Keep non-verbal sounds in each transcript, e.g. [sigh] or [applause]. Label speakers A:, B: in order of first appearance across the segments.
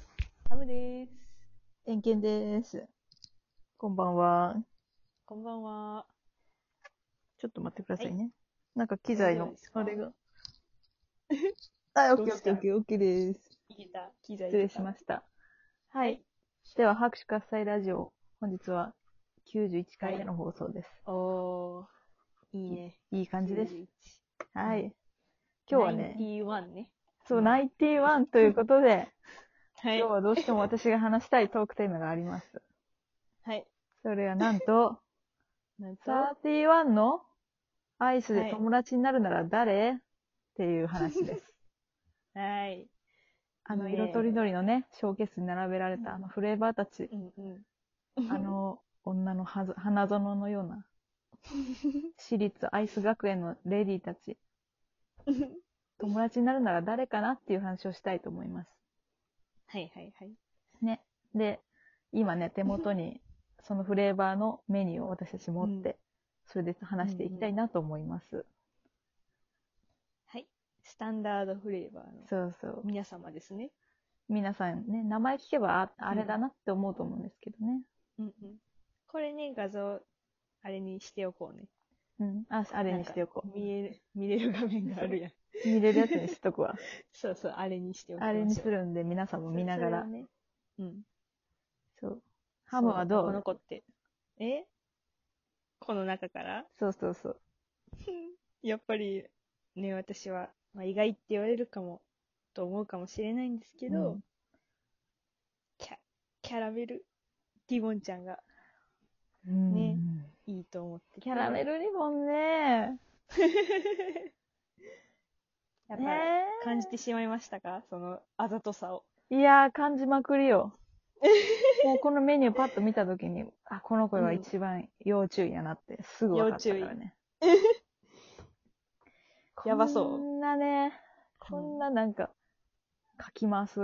A: です。
B: 遠見です。こんばんは。
A: こんばんは。
B: ちょっと待ってくださいね。なんか機材
A: 大丈夫
B: の
A: です、か
B: あれが。 [laughs] はい、オ
A: どう
B: ッケーオ
A: し
B: ッ
A: た
B: ケーオッケーオッケーです。
A: いけた。機材
B: 失礼しました。
A: た。はい。
B: では、拍手喝采ラジオ。本日は91回目の放送です。
A: おー、いいね。
B: いい感じです。
A: 91。
B: はい。今日はね、
A: 91ね。
B: そう、91ということで、
A: は
B: 今日はどうしても私が話したいトークテーマがあります。
A: はい。
B: それはなん
A: [laughs]
B: と、
A: なんと、
B: 31のアイス
A: は
B: で
A: い
B: 友達になるなら誰、っていう話
A: [laughs]
B: です。
A: はい。
B: あの、
A: ね
B: 色とりどりのね、ショーケースに並べられ
A: う
B: た
A: ん
B: あのフレーバーたち
A: う、んうん。 [laughs]
B: あの、女のはず花園のような、私立アイス学園のレディーたち、友達になるなら誰かなっていう話をしたいと思います。
A: はいはいはい。
B: ね。で、今ね、手元に、そのフレーバーのメニューを私たち持って、それで話していきたいなと思います。
A: はい。スタンダードフレーバーの
B: そうそう。
A: 皆様ですね。
B: 皆さんね、名前聞けば、ああれだなって思うと思うんですけどね。
A: うんうん。これね、画像、あれにしておこうね。
B: うん。あ、あれにしておこ
A: なんか見える、見れる画面があるやん。
B: う。見れるやつにしとく [laughs] わ。
A: [laughs] そうそう、あれにしておきまし
B: あ
A: ょう。
B: れにするんで、皆さん
A: そ
B: も
A: う
B: 見なが
A: そ
B: ら
A: れ。をねうん。
B: そう。ハムはど
A: この
B: う
A: 子って。えこの中から
B: そうそうそう。
A: やっぱり、ね、私は、まあ、意外って言われるかも、と思うかもしれないんですけど、
B: うん
A: キャ、キャラメル、リボンちゃんが
B: ね。
A: いいと思ってて。
B: キャラメ
A: ル
B: ルリボンね。
A: やっぱ、
B: ね
A: 感じてしまいましたかその、あざとさを。
B: いやー、感じまく
A: [laughs]
B: りよ。もうこのメニューパッと見たときに、あ、この子は一番要注意やなって、すぐ分かったからね。 [laughs]
A: やばそう
B: こんなね、こんななんか、かき回す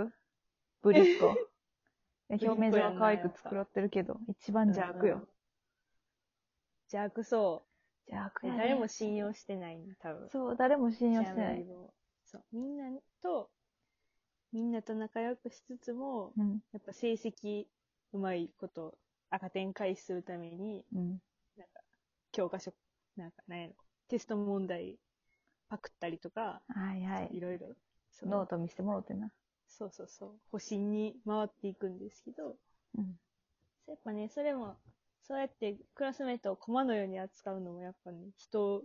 B: ブリッコ。
A: [laughs]
B: ね表面上は可愛く作ってるけど、一番邪悪
A: うん
B: よ。。
A: 邪悪そ
B: 邪悪
A: う。
B: やね
A: 誰も信用してないね、多分。
B: そう、誰も信用して
A: キャ
B: な
A: ラメ
B: い。
A: ルをそう。みんなと、みんなと仲良くしつつも、
B: うん。
A: やっぱ成績うまいこと、赤点回避するために、
B: うん。
A: 教科書、なんか、なんやろ、テスト問題パクったりとか、
B: はいはい
A: い。ろいろ、そ
B: ノー
A: の
B: ト見せてもろってな。
A: そうそうそう、保身に回っていくんですけど、
B: うん。
A: やっぱね、それも、そうやってクラスメイトを駒のように扱うのも、やっぱね、人を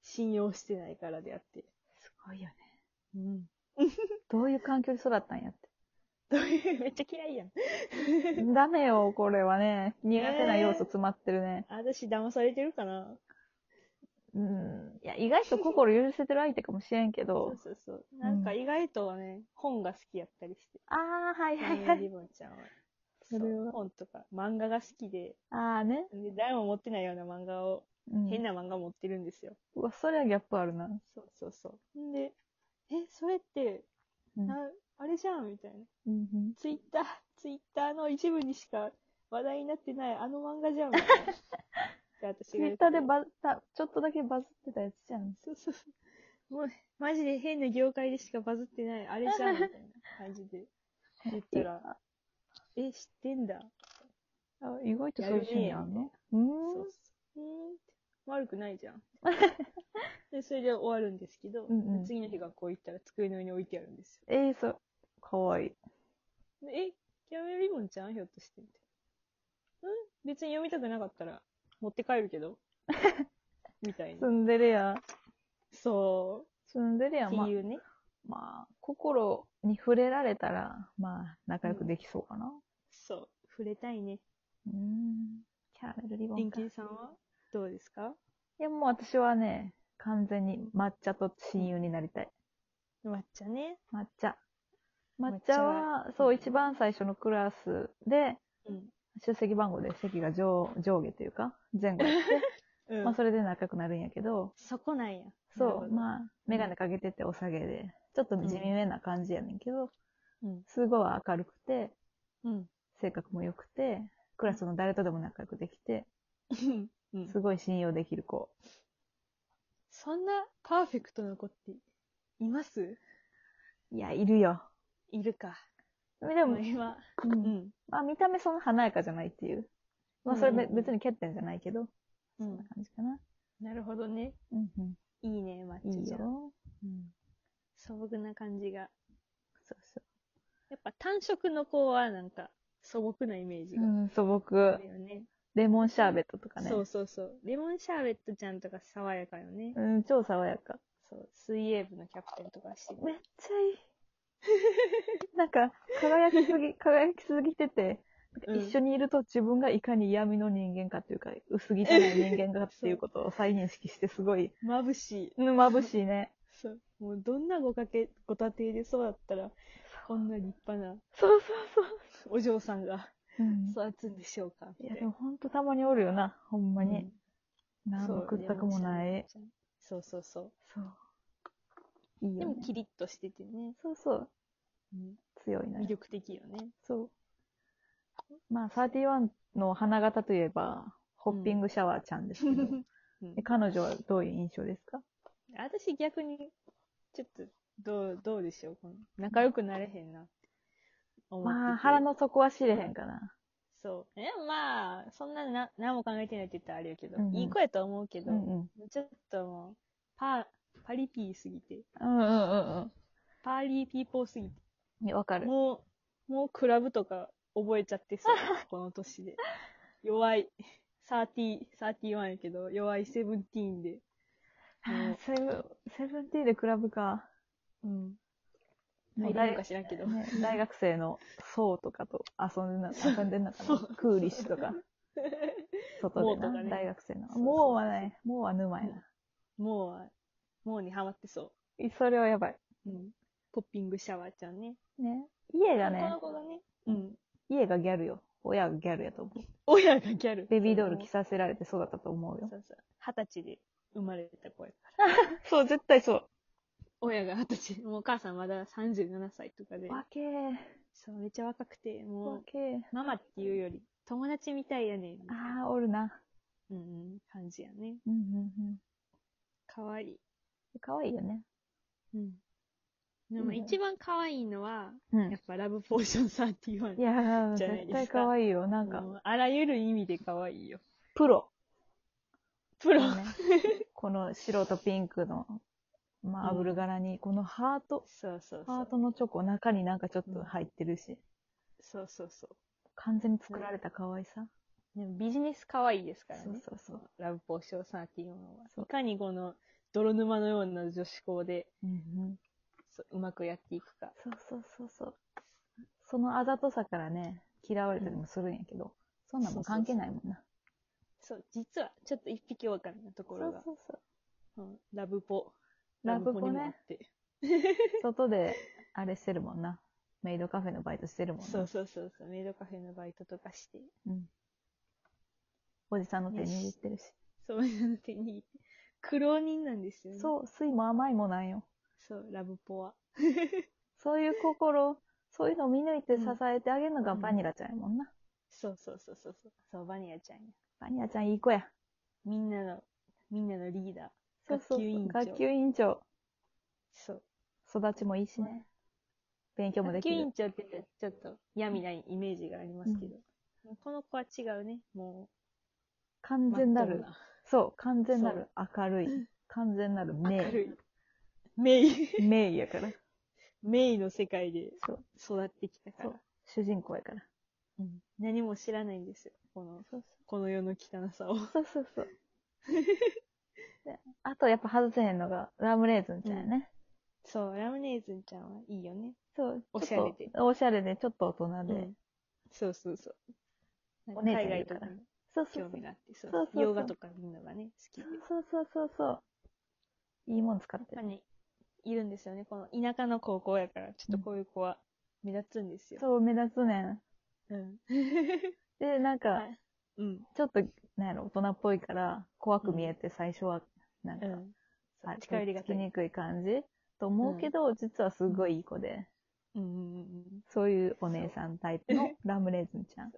A: 信用してないからであって、
B: すごいよね。
A: うん。
B: どういう環境で育ったんやっ
A: どういう、 [laughs] めっちゃ嫌いやん。
B: て。 [laughs] ダメよ、これはね。苦手な要素詰まってるね。
A: あ私騙されてるかな
B: うん。いや、意外と心許せてる相手かもしれんけ
A: そ
B: ど
A: う。そうそう。なんか意外とはね、本が好きやったりして。
B: あー、はいはいは
A: ねリ
B: い。
A: ボンちゃんは。
B: それは
A: そう本とか漫画が好きで
B: あーね。
A: で、誰も持ってないような漫画を、
B: うん
A: 変。な漫画持ってるんですよ。
B: うわ、そりゃギャップあるな。
A: そうそうそう。んで、え、それって、
B: うん
A: なあれじゃんみたいな。
B: うんうん
A: ツイッター、ツイッターの一部にしか話題になってないあの漫画じゃんみたいな。
B: [laughs]
A: で私
B: ツ
A: が言っ
B: イッ
A: て
B: ターでバズった、ちょっとだけバズってたやつじゃん。
A: そうそうそう。もう、マジで変な業界でしかバズってない、あれじゃん、みたいな感じで言ったら、
B: [laughs]
A: え、知ってんだ。
B: あ意外とそういう趣味あんのう
A: そ
B: ん
A: うそう。うーんって。悪くないじ
B: [laughs]
A: ゃん。で、それで終わるんですけど、
B: うんうん
A: 次の日学校行ったら机の上に置いてあるんです
B: えー、そう。かわいい。
A: よ。でえ、キャラメルリボンちゃんひょっとしてみたいな。うん別に読みたくなかったら持って帰るけ
B: [laughs]
A: ど。みたいな
B: ツ。ンデレや。
A: そ
B: ツンデレ
A: う。
B: や、
A: って
B: まあ。
A: いうね。
B: まあ、心に触れられたら、まあ、仲良くできそうかな。
A: そう。触れたいね。
B: うん。キャラメルリボ
A: エ
B: ン
A: ン
B: か。
A: キ
B: い
A: ンさんはどうですか
B: や、もう私はね、完全に抹茶と親友になりたい。
A: 抹茶ね。
B: 抹茶。抹
A: 抹
B: 茶
A: 茶
B: は
A: は、
B: そう、
A: うん
B: 一番最初のクラスで、
A: うん。
B: 出席番号で席が上上下というか、前後やって、
A: うん、
B: まあそれで仲良くなるんやけど、
A: そこなんや。
B: そう、
A: あ。
B: まあ、メガネかけててお下げで、ちょっと地味めな感じやねんけど、
A: うん。
B: すごい明るくて、
A: うん。
B: 性格も良くて、クラスの誰とでも仲良くできて、
A: うん
B: すごい信用できる子。
A: そんなパーフェクトな子っています
B: いや、いるよ。
A: いるか。
B: でも、
A: 今、
B: う
A: うんん。
B: まあ見た目そんな華やかじゃないっていう。まあそれべ
A: うんうんうん
B: 別に欠点じゃないけど、
A: う
B: そん
A: ん
B: な。感じかな。
A: なるほどね。
B: うんうん。
A: いいね、マッチ
B: いい
A: じゃ
B: よ。
A: ん。うん。素朴な感じが。
B: そうそ
A: やっぱ単色の子はなんか素朴なイメージ
B: う。
A: が
B: うん、素
A: あ
B: 朴
A: る。よね。
B: レモンシャーベットとかね。
A: そうそうそう。レモンシャーベットちゃんとか爽やかよね。
B: うん、超爽やか。
A: そう。水泳部のキャプテンとかしてる
B: めっちゃい
A: [laughs]
B: い。なんか、輝きすぎ、輝きすぎてて、
A: うん
B: 一緒にいると自分がいかに闇の人間かっていうか、薄汚い人間かっていうことを再認識して、すごい、
A: 眩しい。
B: うん眩しいね。
A: そう。もうどんなご家け、ご家庭でそうだったら、こんな立派な
B: そうそうそう。
A: お嬢さんが
B: うん、
A: 育つんでしょうか。
B: いや、でもほんとたまにおるよな、ほんま
A: うん、
B: に。何
A: そう
B: の屈託もな。
A: レモン
B: い。
A: シャーベットちゃんそうそうそ。
B: そう。いいう
A: で
B: よ、
A: も
B: ね。
A: キリッとしててね。
B: そうそう。
A: うん
B: 強いな
A: 魅。力的よね。
B: そう。まあ、31の花形といえば、ホッピングシャワーちゃんですけど、
A: うん
B: [laughs] え彼女はどういう印象ですか
A: 私逆に、ちょっと、どう、どうでしょうこの仲良くなれへんな。思ってて
B: まあ、腹。の底は知れへんかな。
A: そう。え、まあ、そんなな、何も考えてないって言ったらあれやけど、
B: うんうん
A: いい子やとは思うけど、
B: うんうん。
A: ちょっともう、パ、パリピーすぎて、
B: うんうんうんう
A: パーリーピーポーすぎて、
B: んいや。わかる。
A: もう、もうクラブとか覚えちゃってさ、この年で。弱い。30、31やけど、弱いセブンティーンで。もう
B: [laughs] セブン、セブンティーンでクラブか。
A: うん。
B: [laughs] もう
A: 入れる
B: 大
A: のか知らんけど。 [laughs]
B: ね大学生のそうとかと遊んでな、遊んでんのかな。クーリッシュとか、外で
A: もうと
B: な、
A: かね
B: 大学生の
A: そう。そう
B: もうはね、もうは沼や
A: もうは、もうにハマってそ
B: な。それはやばい。
A: う。うん。ポッピングシャワーちゃんね。
B: ね。家が
A: こ
B: ね
A: の、子がね。うん。
B: 家がギャルよ。親がギャルやと思う。
A: 親がギャル。
B: ベビードール着
A: そ
B: させられて育ったと思う
A: う
B: よ。
A: そう。二十歳で生まれた子やから。
B: そう、絶対そう。
A: 親が二十歳。もうお母さんまだ37歳とかで。
B: わけー。
A: そう、めっちゃ若くて、
B: わ
A: も
B: けー。
A: う、ママっていうより、友達みたいやねん。
B: あー、おるな。
A: うんうん、感じやね。
B: うんうん
A: かわいい。
B: うん。かわいいよね。
A: うん。でも
B: うん
A: 一番かわいいのは、
B: うん
A: やっぱラブポーション31。
B: いやー、
A: じゃない
B: 絶
A: ですか
B: 対可愛いよ。なんか、
A: もうあらゆる意味でかわいいよ。
B: プロ。
A: プロ。
B: ね、 [laughs] この白とピンクのマーブル柄に、このハート、
A: そうそうそ
B: ハー
A: う。
B: トのチョコ、中になんかちょっと入ってるし、
A: そうそうそう。
B: 完全に作られた可愛さ。
A: でもビジネス可愛いですからね。
B: そうそうそう
A: ラブポーション31は。
B: そう
A: いかにこの泥沼のような女子校で
B: うんうん、
A: そううまくやっていくか。
B: そうそうそうそう。そのあざとさからね、嫌われたりもするんやけど、そんなんもう関係ないもんな。
A: そう、実はちょっと一匹狼なと
B: そ
A: こ
B: う
A: ろが、
B: そうそう。
A: うんラブポ。
B: ラブポね
A: にもあって。
B: 外で、あれしてるもんな。メイドカフェのバイトしてるもんな。
A: そうそうそうそう、メイドカフェのバイトとかして、
B: うん。おじさんの手握ってるし。
A: そういうの手に、苦労人なんですよね。う。
B: そう、酸いも甘いもないよ。
A: そう、ラブポは。
B: そういう心、そういうのを見抜いて支えてあげるのが
A: うん
B: バニラちゃんやもんな。
A: そうそうそうそうそう。そう、バニラちゃんや。
B: バニラちゃんいい子や。
A: みんなの、みんなのリーダー。
B: そうそ
A: 学
B: う
A: 級委員長
B: 学級委員長。
A: そう。
B: 育ちもいいしね。勉強もで
A: 学
B: き
A: 級委
B: る
A: 員。長って言ったらちょっと闇なイメージがありますけど、この子は違うね。もう、
B: 完全なる
A: 真。っ
B: そう、完全なる明るい。完全なる
A: 当な明
B: 名
A: るい。メイ。
B: イ。名イやから。
A: メイの世界で
B: そう、
A: 育ってきたか
B: そ
A: ら
B: う。。主人公やから。
A: うん何も知らないんですよ。この、
B: そう
A: この世の汚さを。
B: そうそう
A: [laughs]
B: そう。であとやっぱ外せへんのがラムレーズンちゃんやね。
A: そう、ラムネーズンちゃんはいいよね。
B: そう。
A: おしゃれで
B: ちょっとおしゃれで、ちょっと大人で。
A: うんそうそうそう。なんか
B: お姉ちゃん
A: 海
B: いる
A: 外と
B: から
A: かに
B: そうそう
A: 興
B: そう
A: 味。があって、そう
B: そうそうそう
A: 洋画とかみんながね、好きで。
B: そうそうそうそう。いいもん使って
A: やっ
B: る。
A: ぱね、いるんですよね。この田舎の高校やから、ちょっとこういう子は目立つんですよ。
B: そう、目立つねん。
A: [laughs] うん。
B: で、なんか
A: は、いうん。
B: ちょっと、なんやろ、大人っぽいから、怖く見えて、最初は、なんか
A: う、ん。そ
B: あ
A: う近寄りが
B: つき
A: たい。
B: にくい感じと思うけど、実はすごいいい子で、
A: うんうんうんうん。
B: そういうお姉さんタイプのラムレーズンちゃん。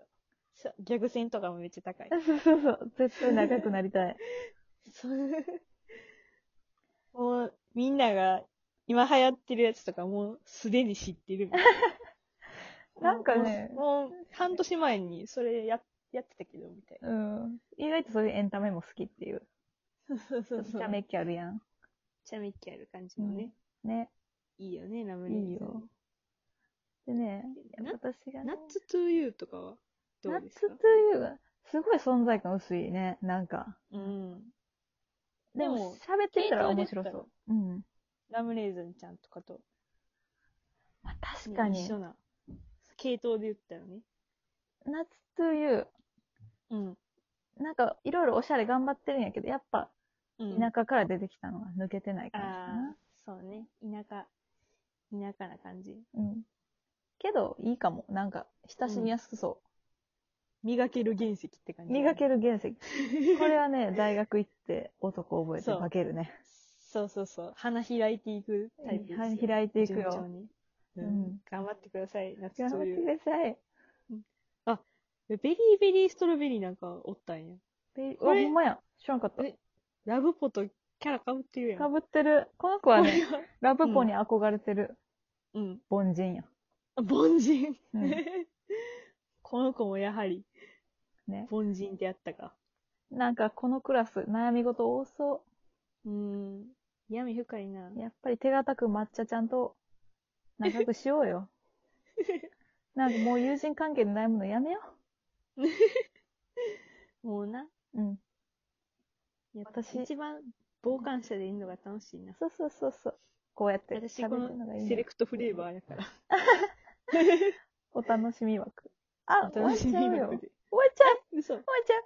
A: そう、ギャグ線とかもめっちゃ高い。
B: そうそうそう、絶対仲良くな
A: [laughs]
B: りたい。
A: そう。もう、 [laughs] みんなが、今流行ってるやつとかもうすでに知ってるみたいな。
B: なんかね
A: もう、もう半年前にそれややってたけど、みたいな。
B: うん。意外とそういうエンタメも好きっていう。
A: そう
B: ち
A: そ
B: ょっとひらめきあるやん。
A: ちゃめっきある感じのね。
B: ね。
A: いいよね、ラムネ。
B: いいよ。。でね、
A: な
B: 私がね、
A: ナッツトゥーユーとかはど
B: ナ
A: う
B: ッ
A: です
B: ツ
A: か
B: という、すごい存在感薄いね、なんか。
A: うん。
B: で
A: で
B: も
A: も、
B: 喋ってみたら面白
A: 系統で言ったら
B: そう。うん。
A: ラムレーズンちゃんとかと、
B: まあ、
A: ね
B: 確かに
A: 一、緒な。系統で言ったらね。
B: ナッツという、
A: うん。
B: なんか、いろいろおしゃれ頑張ってるんやけど、やっぱ、
A: うん、
B: 田舎から出てきたのが抜けてない感じか
A: ああ、そうね。田舎、田舎な感じ。
B: な。うん。けど、いいかも。なんか、親しみやすそ
A: 磨ける原石って
B: う。
A: 感じ。
B: 磨ける原石。これはね、大学行って男覚えて
A: そう
B: 化けるね。
A: [laughs] そうそうそう。花開いていくタイプですよ。
B: 花開いていくよ
A: 順調に。う
B: うん
A: ん。頑張ってください、夏
B: 頑張
A: と
B: っ
A: いう。
B: てください。
A: ベリーベリーストロベリーなんかおったんや。
B: ベリー、う
A: こ
B: わ、
A: れ
B: ほんまや。知らんかった。
A: えラブポとキャラかぶってるやん。
B: か
A: ぶ
B: ぶってる。この子はね、
A: ね。
B: ラブコに憧れてる
A: うん。
B: 凡人や。
A: あ凡人。
B: うん
A: [laughs] この子もやはり、
B: ね。
A: 凡人であったか。
B: なんか、このクラス、悩み事多そう
A: ーん。闇深いな
B: う。。やっぱり手堅く抹茶ちゃんと仲良くしよ
A: [laughs]
B: うよ。なんかもう友人関係で悩むのやめよ
A: もうな。
B: う。うん。
A: いや
B: 私
A: 一番傍観者でいるのが楽しいな。
B: そうそうそうそう。こうやって
A: 私、こ
B: 喋るのがいい
A: の
B: ん
A: セ
B: だ
A: レクトフレーバーやから。
B: お楽しみ枠。あ、終わっ
A: 楽し
B: ち
A: み
B: ゃうよ。終
A: 枠
B: わ
A: で。
B: っちゃう
A: 嘘。
B: 終わっちゃう